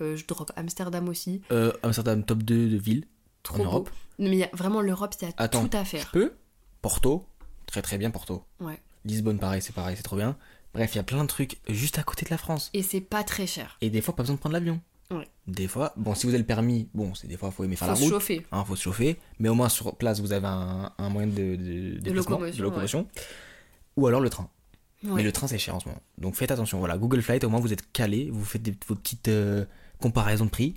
Euh, je drop Amsterdam aussi.
Euh, Amsterdam, top 2 de ville.
Trop
En
beau.
Europe
Non, Mais il y a vraiment l'Europe, il y a
Attends,
tout à
je
faire.
peux Porto, très très bien Porto.
Ouais.
Lisbonne, pareil, c'est pareil, c'est trop bien. Bref, il y a plein de trucs juste à côté de la France.
Et c'est pas très cher.
Et des fois, pas besoin de prendre l'avion.
Ouais.
Des fois, bon, si vous avez le permis, bon, c'est des fois, faut aimer faire
Faut
la
se
route.
chauffer.
hein, faut se chauffer. Mais au moins, sur place, vous avez un, un moyen de, de, déplacement,
locomotion,
Ou alors le train.
Ouais.
Mais le train, c'est cher en ce moment. Donc faites attention. Voilà, Google Flight, au moins, vous êtes calé, vous faites des- vos petites euh, comparaisons de prix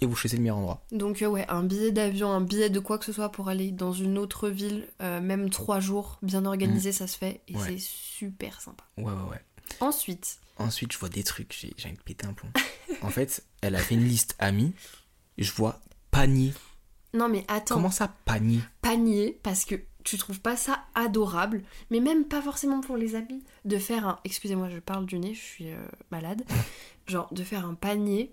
et vous choisissez le meilleur endroit.
Donc euh, ouais, un billet d'avion, un billet de quoi que ce soit pour aller dans une autre ville, euh, même trois jours, bien organisé, ça se fait. Et
Mhm. Ouais.
c'est super sympa.
Ouais, ouais, ouais.
Ensuite,
Ensuite, je vois des trucs, j'ai j'ai envie de péter
(laughs)
un plomb. en fait, elle a fait une liste amis. Je vois panier.
non mais attends.
Comment ça, panier
panier parce que tu trouves pas ça adorable, mais même pas forcément pour les amis, de faire un. Excusez-moi, je parle du nez, je suis euh,
(laughs)
malade. Genre de faire un panier,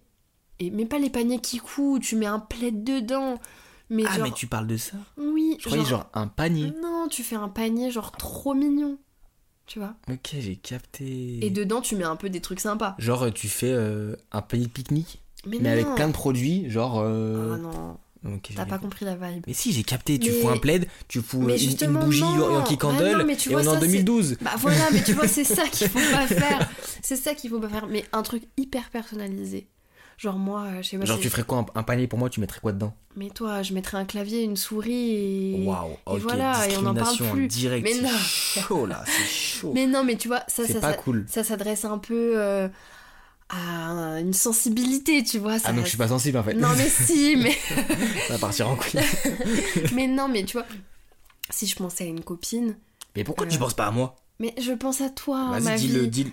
et mais pas les paniers qui couent, tu mets un plaid dedans. Mais
Ah,
genre.
mais tu parles de ça
Oui,
Je croyais genre un panier.
Non, tu fais un panier genre trop mignon, tu vois.
Ok, j'ai
Hein
capté.
Et dedans, tu mets un peu des trucs sympas.
Genre, euh, tu fais euh, un panier de pique-nique,
Mais,
mais avec
non.
plein de produits, genre. euh,
Ah non,
ok, j'ai
t'as pas
compris.
compris la vibe.
Mais si, j'ai capté. Tu
Mais-
fous un plaid, tu fous
Mais
euh, une, une
justement,
bougie
non.
Yankee
Bah non,
Candle,
mais tu
et
vois,
on est en
ça, c'est-
2012.
Bah voilà, mais tu vois, c'est ça qu'il faut
(laughs)
pas faire. C'est ça qu'il faut pas faire. Mais un truc hyper personnalisé. Genre moi, euh, je sais pas.
Genre,
c'est-
tu ferais quoi un, un panier pour moi Tu mettrais quoi dedans
Mais toi, je mettrais un clavier, une souris et.
Waouh, ok,
voilà, et on en parle
discrimination
plus.
direct.
Mais
c'est
non.
chaud là, c'est chaud.
Mais non, mais tu vois, ça,
C'est
ça,
pas
ça,
cool.
ça s'adresse un peu euh, à une sensibilité, tu vois. Ça,
Ah donc je suis pas sensible en fait. (laughs)
Non mais si, mais
Ça va partir en couille.
mais non, mais tu vois. Si je pensais à une copine,
Mais pourquoi
Euh,
tu penses pas
(laughs)
à moi
mais je pense à toi, Oh, ma
Vas-y,
vie.
dis-le, dis-le.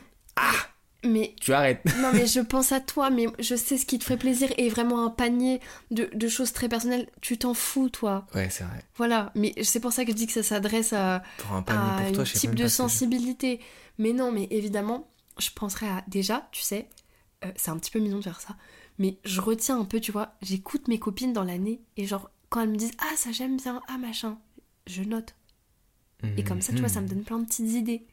Mais (laughs)
Tu arrêtes.
Non mais
(laughs)
je pense à toi, mais je sais ce qui te ferait plaisir et vraiment un panier de, de choses très personnelles, tu t'en fous toi.
Ouais, c'est vrai.
Voilà, mais c'est pour ça que je dis que ça s'adresse à,
Pour un
à
panier pour toi,
un
je sais
Ah, type
même
de
pas ce que je-
sensibilité. Mais non, mais évidemment, je penserais à... Déjà, tu sais, euh, c'est un petit peu mignon de faire ça, mais je retiens un peu, tu vois, j'écoute mes copines dans l'année et genre, quand elles me disent « Ah, ça j'aime bien, ah machin », je note. Et comme ça, tu vois, ça me donne plein de petites idées.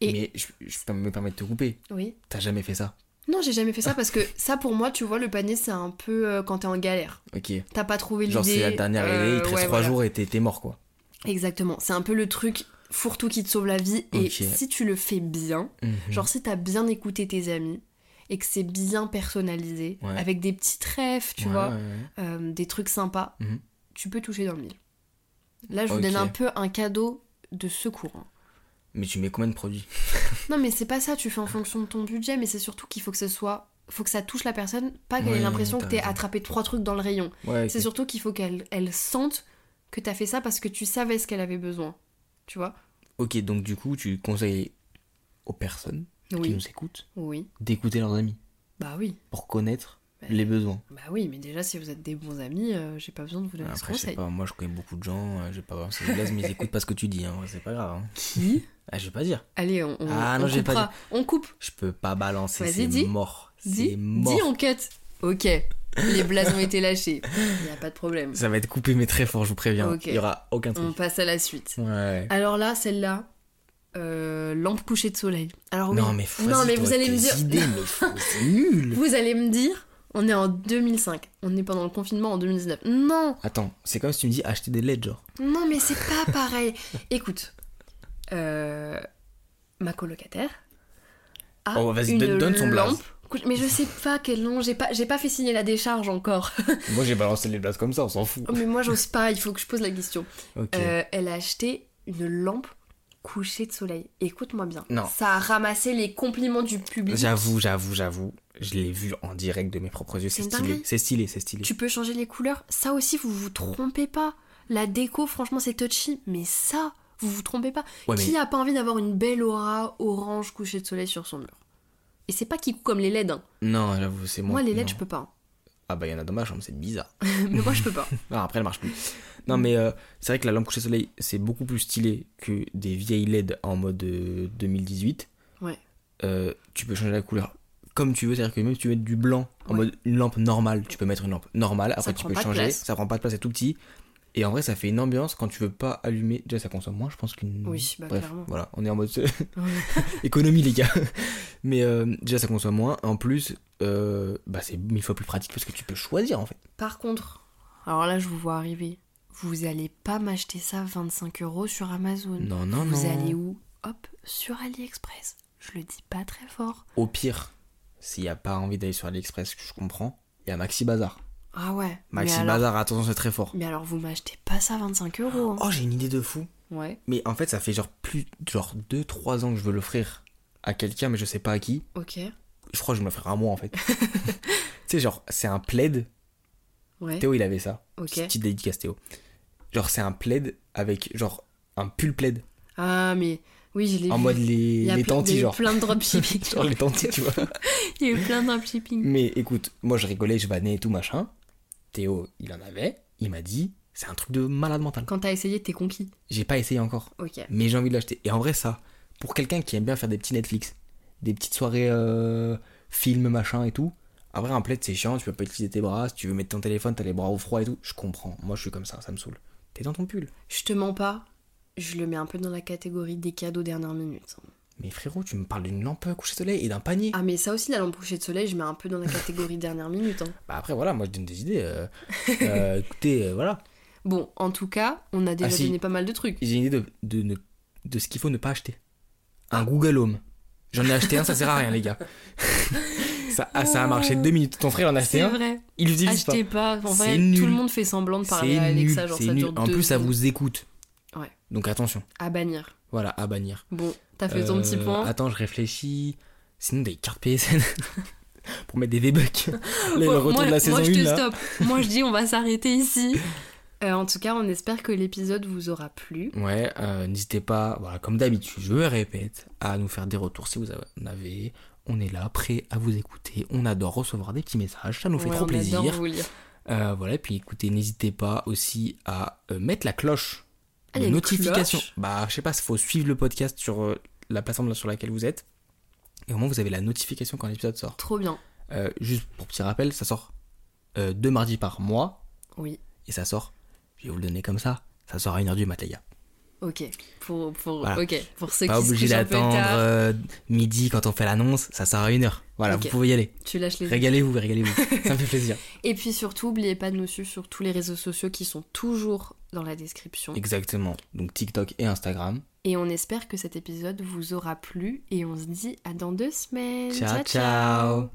Et-
Hmm. Mais je, je peux me permettre de te couper.
Oui
T'as jamais fait ça.
Non, j'ai jamais fait ça parce que ça, pour moi, tu vois, le panier, c'est un peu euh, quand t'es en galère.
Ok.
T'as pas trouvé l'idée.
Genre, c'est la dernière
euh,
idée, il te reste
ouais,
trois
voilà.
jours et t'es t'es mort quoi.
Exactement. C'est un peu le truc fourre-tout qui te sauve la vie. Et
Ok.
si tu le fais bien,
Mhm.
genre si t'as bien écouté tes amis et que c'est bien personnalisé,
Ouais.
avec des petits rêves, tu
Ouais,
vois,
ouais, ouais.
euh, des trucs sympas,
Mhm.
tu peux toucher dans le mille. Là, je vous
Ok.
donne un peu un cadeau de secours. hein.
Mais tu mets combien de produits
Non, mais c'est pas ça, tu fais en fonction de ton budget, mais c'est surtout qu'il faut que ce soit. Faut que ça touche la personne, pas qu'elle
Ouais,
ait l'impression
t'as
que t'aies
raison.
attrapé trois trucs dans le rayon.
Ouais, ok.
C'est surtout qu'il faut qu'elle elle sente que t'as fait ça parce que tu savais ce qu'elle avait besoin. Tu vois
Ok, donc du coup, tu conseilles aux personnes qui
Oui.
nous écoutent
Oui.
d'écouter leurs amis
Bah oui.
pour connaître
Ouais.
les besoins.
Bah oui, mais déjà, si vous êtes des bons amis, euh, j'ai pas besoin de vous donner ce
Ah, Après, je sais
conseil.
pas, moi je connais beaucoup de gens, euh, je vais pas voir si blaze, mais ils écoutent pas ce que tu dis, hein, c'est pas grave. hein.
Qui
Ah, je vais pas dire.
Allez, on, on,
Ah,
on
non, j'ai pas
coupera. On coupe.
Je peux pas balancer,
Vas-y,
c'est
dis.
mort.
Dis,
C'est mort.
dis, on cut. Ok. Les blases ont été lâchés. Y a pas de problème.
(laughs) Ça va être coupé, mais très fort, je vous préviens.
Ok.
Il y aura aucun
On
truc.
passe à la suite.
Ouais.
Alors là, celle-là, euh, lampe couchée de soleil. Alors Ah oui,
Non, mais, faut-
Non,
vas-y,
mais
toi,
vous allez
tes
me dire-
idées,
(laughs)
mais faut- c'est nul.
vous allez me dire, on est en 2005. On est pendant le confinement en 2019. Non
Attends, c'est comme si tu me dis acheter des LED, genre.
Non, mais c'est pas
(laughs)
pareil. Écoute, euh, ma colocataire a
Oh, vas-y,
une
donne- donne son blaze.
lampe. Écoute, Mais je sais pas quel nom, j'ai pas, j'ai pas fait signer la décharge encore. (laughs)
Moi j'ai balancé les blagues comme ça, on s'en fout.
Oh, mais moi j'ose pas, il faut que je pose la question.
Ok.
Euh, elle a acheté une lampe couchée de soleil. Écoute-moi bien.
Non.
Ça a ramassé les compliments du public.
J'avoue, j'avoue, j'avoue. Je l'ai vu en direct de mes propres yeux, c'est
C'est une
stylé.
dinguerie.
C'est stylé, c'est stylé.
Tu peux changer les couleurs, ça aussi vous vous trompez pas. La déco, franchement, c'est touchy, mais ça, vous vous trompez pas.
Ouais, mais
Qui a pas envie d'avoir une belle aura orange couchée de soleil sur son mur Et c'est pas qui coud comme les LED. hein.
Non, j'avoue, c'est moi.
Moi, les
non.
LED, je peux pas. hein. (laughs)
Ah bah, il y en a dans ma chambre, c'est bizarre.
Mais moi, je peux pas.
Ah, après, elle marche plus. Non, mais euh, c'est vrai que la lampe couchée soleil, c'est beaucoup plus stylé que des vieilles LED en mode euh, 2018.
Ouais.
Euh, tu peux changer la couleur comme tu veux, c'est-à-dire que même si tu mets du blanc en
Ouais.
mode une lampe normale, tu peux mettre une lampe normale, après tu
prend
peux
pas de
changer,
place.
ça prend pas de place, c'est tout petit. Et en vrai, ça fait une ambiance quand tu veux pas allumer. Déjà, ça consomme moins, je pense qu'une.
Oui, bah,
Bref,
clairement.
voilà, on est en mode (laughs) économie, les gars. Mais euh, déjà, ça consomme moins. En plus, euh, bah, c'est mille fois plus pratique parce que tu peux choisir en fait.
Par contre, alors là, je vous vois arriver. Vous allez pas m'acheter ça 25 euros sur Amazon.
Non, non,
Vous
non.
allez où Hop, sur AliExpress. Je le dis pas très fort.
Au pire, s'il n'y a pas envie d'aller sur AliExpress, que je comprends, il y a Maxi Bazar.
Ah ouais.
Maxi
mais, alors,
Bazar, attention, c'est très fort.
mais alors, vous m'achetez pas ça 25 euros. hein.
Oh, j'ai une idée de fou.
Ouais,
Mais en fait, ça fait genre plus, genre 2-3 ans que je veux l'offrir à quelqu'un, mais je sais pas à qui.
ok.
Je crois que je vais me l'offrir à moi
(laughs)
en fait. tu sais, genre, c'est un plaid.
Ouais,
Théo, il avait ça.
ok.
Petite dédicace, Théo. Genre, c'est un plaid avec, genre, un pull plaid.
Ah, mais oui, je l'ai vu.
En mode les,
il y a
les
plein, il y a
tantis,
eu
genre.
plein de
(laughs)
dropshipping.
Genre les Mm. tantis, tu vois.
il y a eu plein de dropshipping.
Mais écoute, moi je rigolais, je vannais et tout machin. Théo, il en avait. Il m'a dit, c'est un truc de malade mental.
Quand t'as essayé, t'es conquis.
J'ai pas essayé encore,
Ok.
mais j'ai envie de l'acheter. Et en vrai, ça, pour quelqu'un qui aime bien faire des petits Netflix, des petites soirées euh, films machin et tout. Après, un plaid, c'est chiant, tu peux pas utiliser tes bras. Si tu veux mettre ton téléphone, t'as les bras au froid et tout. Je comprends. Moi, je suis comme ça, ça me saoule. T'es dans ton pull.
Je te mens pas. Je le mets un peu dans la catégorie des cadeaux dernière minute.
Mais frérot, tu me parles d'une lampe à coucher soleil et d'un panier.
Ah, mais ça aussi, la lampe couchée de soleil, je mets un peu dans la
(laughs)
catégorie dernière minute. hein.
Bah après, voilà, moi je donne des idées. euh, euh, (laughs) écoutez, euh, voilà.
Bon, en tout cas, on a déjà
Ah, si.
donné pas mal de trucs.
j'ai une idée de, de, ne- de ce qu'il faut ne pas acheter. Un Google Home. J'en ai acheté un, ça sert à rien,
(laughs)
les gars. ça, ah, ça a marché deux minutes. Ton frère en a acheté
C'est
un,
vrai.
il l'utilise pas.
Achetez pas. En
C'est
vrai, tout
nul.
le monde fait semblant de parler
C'est
à
nul,
Alexa. Genre,
c'est
ça
nul.
dure
En
deux
plus, ça
secondes.
vous écoute.
Ouais.
Donc attention.
À bannir.
Voilà, à bannir.
Bon, t'as fait ton petit
Euh,
point.
Attends, je réfléchis. Sinon, des cartes PSN. (laughs) Pour mettre des V-Bucks. Là, le
Bon, (laughs)
retour
moi,
de la saison
moi, je te
1, là.
stoppe. moi, je dis, on va s'arrêter
(laughs)
ici. Euh, en tout cas, on espère que l'épisode vous aura plu.
Ouais, euh, n'hésitez pas, voilà, comme d'habitude, je le répète, à nous faire des retours si vous en avez. On est là, prêt à vous écouter. On adore recevoir des petits messages, ça nous fait
Ouais,
trop
on adore
plaisir.
vous lire.
Euh, voilà, et puis écoutez, n'hésitez pas aussi à euh, mettre la cloche
Ah, il y
de
a une
notification.
cloche
Bah, je sais pas, faut suivre le podcast sur euh, la plateforme sur laquelle vous êtes. Et au moins, vous avez la notification quand l'épisode sort.
Trop bien.
Euh, juste pour petit rappel, ça sort euh, deux mardis par mois,
Oui,
et ça sort, je vais vous le donner comme ça, ça sort à 1h du mat, les gars.
ok. Pour, pour,
Voilà.
ok. pour ceux
pas
qui se
obligé
couchent un peu
d'attendre
tard,
euh, midi quand on fait l'annonce, ça sert à une heure. Voilà,
Ok.
vous pouvez y aller.
tu lâches les
Régalez-vous, régalez-vous. ça me fait plaisir.
Et puis surtout, n'oubliez pas de nous suivre sur tous les réseaux sociaux qui sont toujours dans la description.
Exactement. Donc TikTok et Instagram.
Et on espère que cet épisode vous aura plu et on se dit à dans deux semaines.
ciao. ciao.